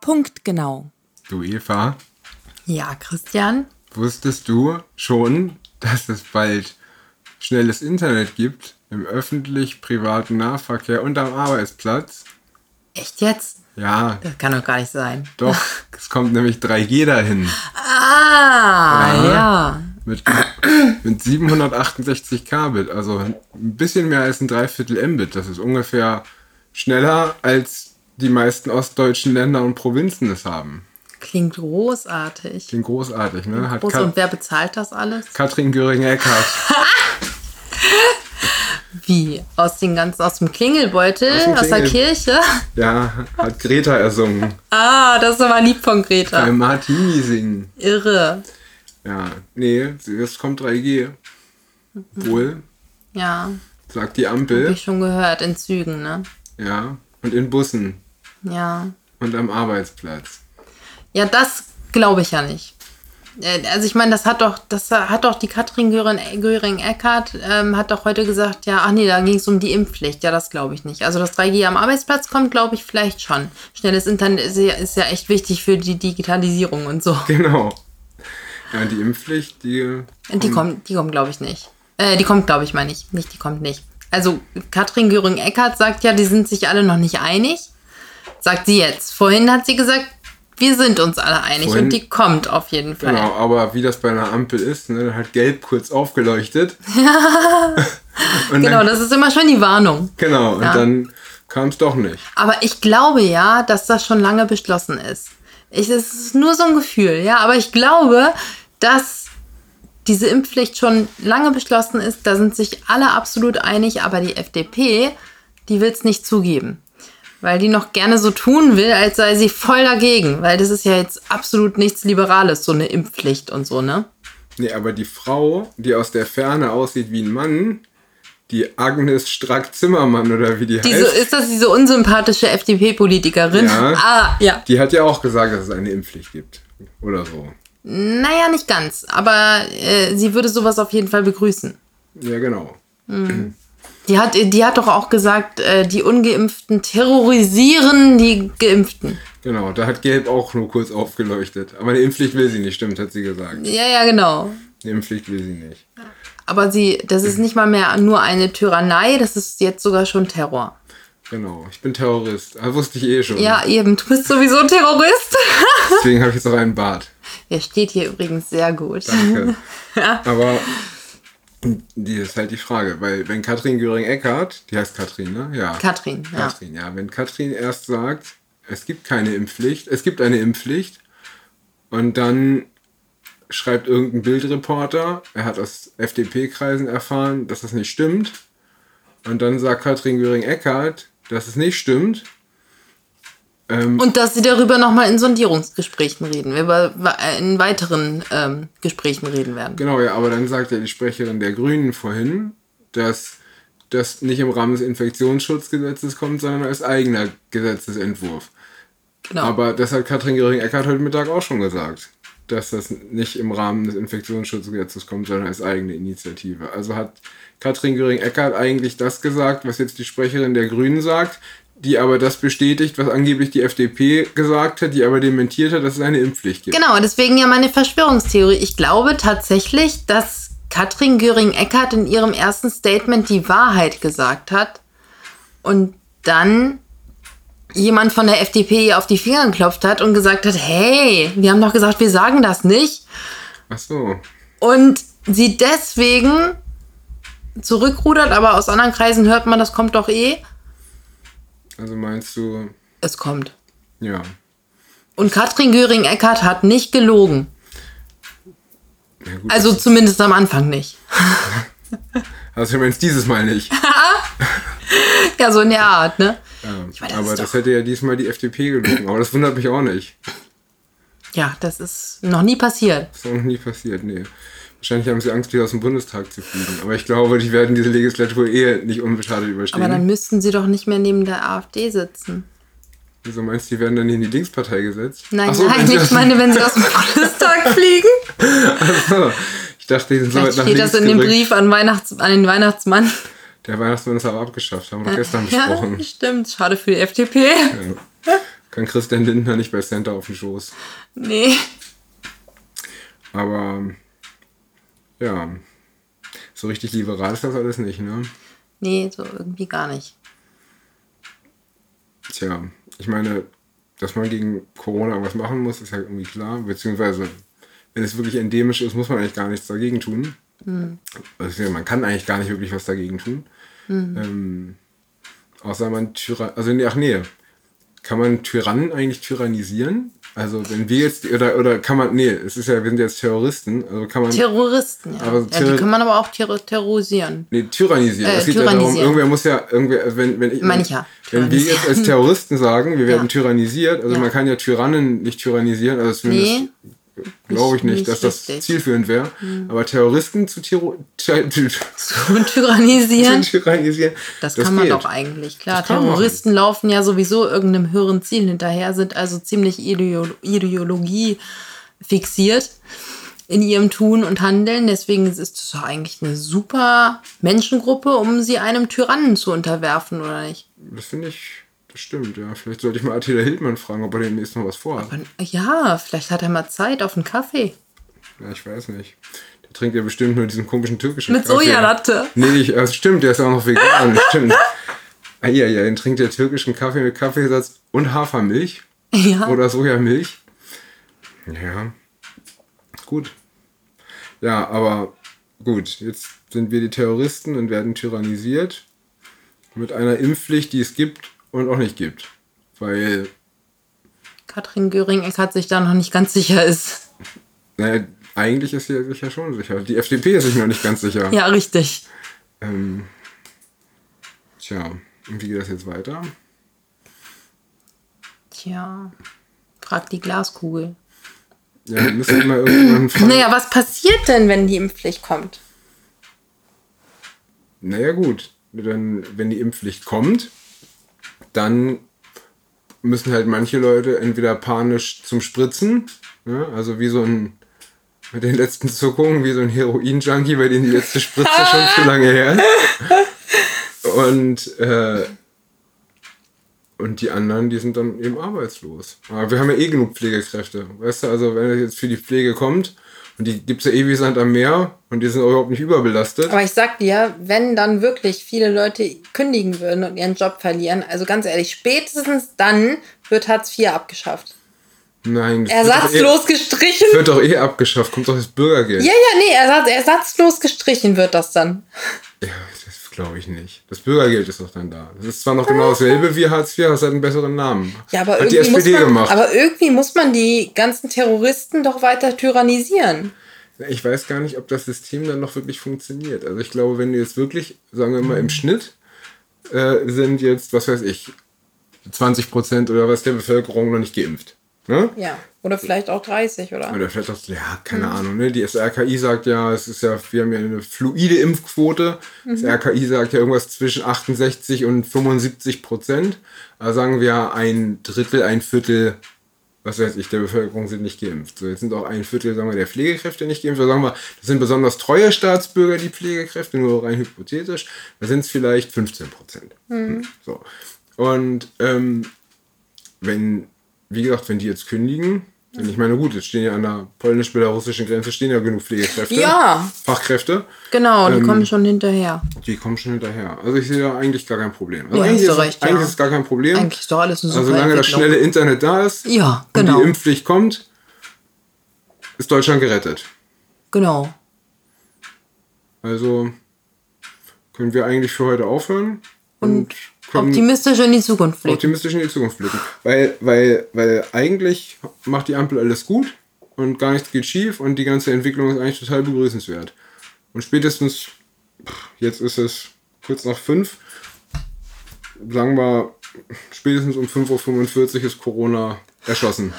Punktgenau. Du Eva, Ja, Christian. wusstest du schon, dass es bald schnelles Internet gibt im öffentlich-privaten Nahverkehr und am Arbeitsplatz? Echt jetzt? Ja, Das kann doch gar nicht sein. doch, es kommt nämlich 3G dahin. Ah, Ja. ja. Mit, mit 768 Kbit, also ein bisschen mehr als ein Dreiviertel Mbit. Das ist ungefähr schneller, als die meisten ostdeutschen Länder und Provinzen es haben. Klingt großartig. Klingt großartig, ne? Hat Groß Kat und wer bezahlt das alles? Katrin Göring-Eckardt. Wie? Aus, den ganzen, aus dem Klingelbeutel? Aus Aus, dem der Klingel- Kirche? Ja, hat Greta ersungen. Ah, das ist aber lieb von Greta. Beim Martini singen. Irre. Ja, nee, es kommt 3G. Wohl, Ja, sagt die hab Ampel. ich schon gehört. In Zügen, ne? Ja, und in Bussen Ja. und am Arbeitsplatz. Ja, das glaube ich ja nicht. Äh, Also ich meine, das hat doch, das hat doch die Katrin Göring- Göring-Eckardt ähm, hat doch heute gesagt, ja, ach nee, da ging es um die Impfpflicht. Ja, das glaube ich nicht. Also das 3G am Arbeitsplatz kommt, glaube ich, vielleicht schon. Schnelles Internet ist ja, ist ja echt wichtig für die Digitalisierung und so. Genau. Ja, und die Impfpflicht, die Die kommt, die kommt, glaube ich, nicht. Äh, die kommt, glaube ich, meine ich. Nicht, die kommt nicht. Also Katrin Göring-Eckardt sagt ja, die sind sich alle noch nicht einig. Sagt sie jetzt. Vorhin hat sie gesagt, wir sind uns alle einig Vorhin- und die kommt auf jeden Fall. Genau, aber wie das bei einer Ampel ist, ne, dann hat gelb kurz aufgeleuchtet. und Genau, Dann, das ist immer schon die Warnung. genau, und dann kam es doch nicht. Aber ich glaube ja, dass das schon lange beschlossen ist. Ich, es ist nur so ein Gefühl, ja. Aber ich glaube, dass diese Impfpflicht schon lange beschlossen ist. Da sind sich alle absolut einig. Aber die FDP, die will es nicht zugeben. Weil die noch gerne so tun will, als sei sie voll dagegen. Weil das ist ja jetzt absolut nichts Liberales, so eine Impfpflicht und so, ne? Nee, aber die Frau, die aus der Ferne aussieht wie ein Mann, die Agnes Strack-Zimmermann oder wie die Diese, heißt, ist das diese unsympathische FDP-Politikerin? Ja. Ah, ja. die hat ja auch gesagt, dass es eine Impfpflicht gibt. Oder so. Naja, nicht ganz, aber äh, sie würde sowas auf jeden Fall begrüßen. Ja, genau. Die hat, die hat doch auch gesagt, äh, die Ungeimpften terrorisieren die Geimpften. Genau, da hat Gelb auch nur kurz aufgeleuchtet. Aber eine Impfpflicht will sie nicht, stimmt, hat sie gesagt. Ja, ja, genau. Eine Impfpflicht will sie nicht. Aber sie, das ist nicht mal mehr nur eine Tyrannei, das ist jetzt sogar schon Terror. Genau, ich bin Terrorist. Ah, wusste ich eh schon. Ja, eben, du bist sowieso ein Terrorist. Deswegen habe ich jetzt auch einen Bart. Der steht hier übrigens sehr gut. Danke. Aber die ist halt die Frage, weil wenn Katrin Göring-Eckardt, die heißt Katrin, ne? Ja. Katrin, ja. Katrin, ja. Wenn Katrin erst sagt, es gibt keine Impfpflicht, es gibt eine Impfpflicht und dann schreibt irgendein Bildreporter, er hat aus FDP-Kreisen erfahren, dass das nicht stimmt und dann sagt Katrin Göring-Eckardt, dass es nicht stimmt, Und dass sie darüber nochmal in Sondierungsgesprächen reden, wir über, äh, in weiteren ähm, Gesprächen reden werden. Genau, ja, aber dann sagt ja die Sprecherin der Grünen vorhin, dass das nicht im Rahmen des Infektionsschutzgesetzes kommt, sondern als eigener Gesetzesentwurf. Genau. Aber das hat Katrin Göring-Eckardt heute Mittag auch schon gesagt, dass das nicht im Rahmen des Infektionsschutzgesetzes kommt, sondern als eigene Initiative. Also hat Katrin Göring-Eckardt eigentlich das gesagt, was jetzt die Sprecherin der Grünen sagt, die aber das bestätigt, was angeblich die FDP gesagt hat, die aber dementiert hat, dass es eine Impfpflicht gibt. Genau, deswegen ja meine Verschwörungstheorie. Ich glaube tatsächlich, dass Katrin Göring-Eckardt in ihrem ersten Statement die Wahrheit gesagt hat und dann jemand von der FDP ihr auf die Finger geklopft hat und gesagt hat, hey, wir haben doch gesagt, wir sagen das nicht. Ach so, Und sie deswegen zurückrudert, aber aus anderen Kreisen hört man, das kommt doch eh. also meinst du, Es kommt. ja. Und Katrin Göring-Eckardt hat nicht gelogen. Also zumindest am Anfang nicht. Also ich meine es dieses Mal nicht. Ja, so in der Art, ne? Ähm, meine, das aber ist das doch- hätte ja diesmal die FDP gelogen. Aber das wundert mich auch nicht. Ja, das ist noch nie passiert. Das ist auch noch nie passiert, nee. Wahrscheinlich haben sie Angst, wieder aus dem Bundestag zu fliegen. Aber ich glaube, die werden diese Legislatur eh nicht unbeschadet überstehen. Aber dann müssten sie doch nicht mehr neben der AfD sitzen. Wieso meinst du, die werden dann in die Linkspartei gesetzt? Nein, Ach so, nein, wenn sie ich aus- meine, wenn sie aus dem Bundestag fliegen. Ich dachte, die sind so weit Vielleicht nach steht links das in dem gerückt. Brief an, Weihnachts-, an den Weihnachtsmann. Der Weihnachtsmann ist aber abgeschafft, haben wir doch gestern Ja, besprochen. stimmt. Schade für die FDP. kann Christian Lindner nicht bei Santa auf den Schoß. Nee. Aber ja, so richtig liberal ist das alles nicht, ne? Nee, so irgendwie gar nicht. Tja, ich meine, dass man gegen Corona irgendwas machen muss, ist ja irgendwie klar. Beziehungsweise, wenn es wirklich endemisch ist, muss man eigentlich gar nichts dagegen tun. Also, man kann eigentlich gar nicht wirklich was dagegen tun. Ähm, außer man Tyrann. Also, nee, ach nee. Kann man Tyrannen eigentlich tyrannisieren? Also, wenn wir jetzt. Oder, oder kann man. Nee, es ist ja, wir sind jetzt Terroristen. Also, kann man. Terroristen, ja. Aber ja die Terror- kann man aber auch terro- terrorisieren. Nee, tyrannisieren. Äh, es geht ja darum, tyrannisieren. irgendwer muss ja, irgendwer, also wenn, wenn, ich, Meine ich ja. wenn wir jetzt als Terroristen sagen, wir werden Ja. tyrannisiert, also Ja. man kann ja Tyrannen nicht tyrannisieren, also zumindest Nee, glaube ich nicht, nicht dass das richtig. Hm. zielführend wäre, aber Terroristen zu, tyro, ty, ty, zu zu tyrannisieren. tyrannisieren, Das, kann man geht. doch eigentlich, klar. Das kann man Terroristen laufen ja sowieso irgendeinem höheren Ziel hinterher, sind also ziemlich Ideo Ideologie fixiert in ihrem Tun und Handeln. Deswegen ist es doch eigentlich eine super Menschengruppe, um sie einem Tyrannen zu unterwerfen, oder nicht? Das finde ich, das stimmt, ja. Vielleicht sollte ich mal Attila Hildmann fragen, ob er demnächst noch was vorhat. Und ja, vielleicht hat er mal Zeit auf einen Kaffee. Ja, ich weiß nicht. Der trinkt ja bestimmt nur diesen komischen türkischen Mit Sojalatte. Nee, ich, das stimmt, der ist auch noch vegan, stimmt. Ah, ja, ja, den trinkt der türkischen Kaffee mit Kaffeesatz und Hafermilch Ja. oder Sojamilch. Ja, gut. Ja, aber gut, jetzt sind wir die Terroristen und werden tyrannisiert mit einer Impfpflicht, die es gibt und auch nicht gibt. Weil, Katrin Göring-Eckardt sich da noch nicht ganz sicher ist. naja, eigentlich ist sie sich ja schon sicher. Die FDP ist sich noch nicht ganz sicher. Ja, richtig. Ähm, tja, und wie geht das jetzt weiter? Tja, fragt die Glaskugel. Ja, wir müssen immer irgendwann fragen. Naja, was passiert denn, wenn die Impfpflicht kommt? Naja, gut. Dann, wenn die Impfpflicht kommt, dann müssen halt manche Leute entweder panisch zum Spritzen, ne? also wie so ein mit den letzten Zuckungen, wie so ein Heroin-Junkie, bei dem die letzte Spritze schon zu lange her ist. Und, äh, und die anderen, die sind dann eben arbeitslos. Aber wir haben ja eh genug Pflegekräfte. Weißt du, also wenn es jetzt für die Pflege kommt, und die gibt es ja ewig Sand am Meer, und die sind auch überhaupt nicht überbelastet. Aber ich sag dir, wenn dann wirklich viele Leute kündigen würden und ihren Job verlieren, also ganz ehrlich, spätestens dann wird Hartz IV abgeschafft. Nein, das eh- Ersatzlos gestrichen? Wird doch eh, wird doch eh abgeschafft, kommt doch das Bürgergeld. Ja, ja, nee, ersatz, ersatzlos gestrichen wird das dann. Ja, das glaube ich nicht. Das Bürgergeld ist doch dann da. Das ist zwar noch genau dasselbe wie Hartz IV, hast halt einen besseren Namen. Ja, aber Hat die irgendwie, muss SPD man, gemacht. aber irgendwie muss man die ganzen Terroristen doch weiter tyrannisieren. Ich weiß gar nicht, ob das System dann noch wirklich funktioniert. Also ich glaube, wenn du jetzt wirklich, sagen wir mal, im Schnitt äh, sind jetzt, was weiß ich, 20 Prozent oder was der Bevölkerung noch nicht geimpft. Ne? Ja. Oder vielleicht auch 30, oder? Oder vielleicht auch, so, ja, keine Ahnung, ne? Die SRKI sagt ja, es ist ja, wir haben ja eine fluide Impfquote. Das RKI sagt ja irgendwas zwischen 68 und 75 Prozent. Also sagen wir ein Drittel, ein Viertel, was weiß ich, der Bevölkerung sind nicht geimpft. So, jetzt sind auch ein Viertel, sagen wir, der Pflegekräfte nicht geimpft. Also sagen wir, das sind besonders treue Staatsbürger, die Pflegekräfte, nur rein hypothetisch. Da sind es vielleicht 15 Prozent. Hm, So. Und ähm, wenn, wie gesagt, wenn die jetzt kündigen, dann ich meine, gut, jetzt stehen ja an der polnisch-belarussischen Grenze stehen ja genug Pflegekräfte, Ja. Fachkräfte, Genau, Ähm, die kommen schon hinterher. die kommen schon hinterher. Also ich sehe da eigentlich gar kein Problem. Also Ja, eigentlich, hast du ist, recht, eigentlich ja. ist es gar kein Problem. Eigentlich ist doch alles eine also super solange das Entwicklung. schnelle Internet da ist Ja, und genau. die Impfpflicht kommt, ist Deutschland gerettet. Genau. Also können wir eigentlich für heute aufhören und, können Optimistisch in die Zukunft blicken. optimistisch in die Zukunft blicken. Weil, weil, weil eigentlich macht die Ampel alles gut und gar nichts geht schief und die ganze Entwicklung ist eigentlich total begrüßenswert. Und spätestens, pff, jetzt ist es kurz nach fünf, sagen wir, spätestens um 5.45 Uhr ist Corona erschossen.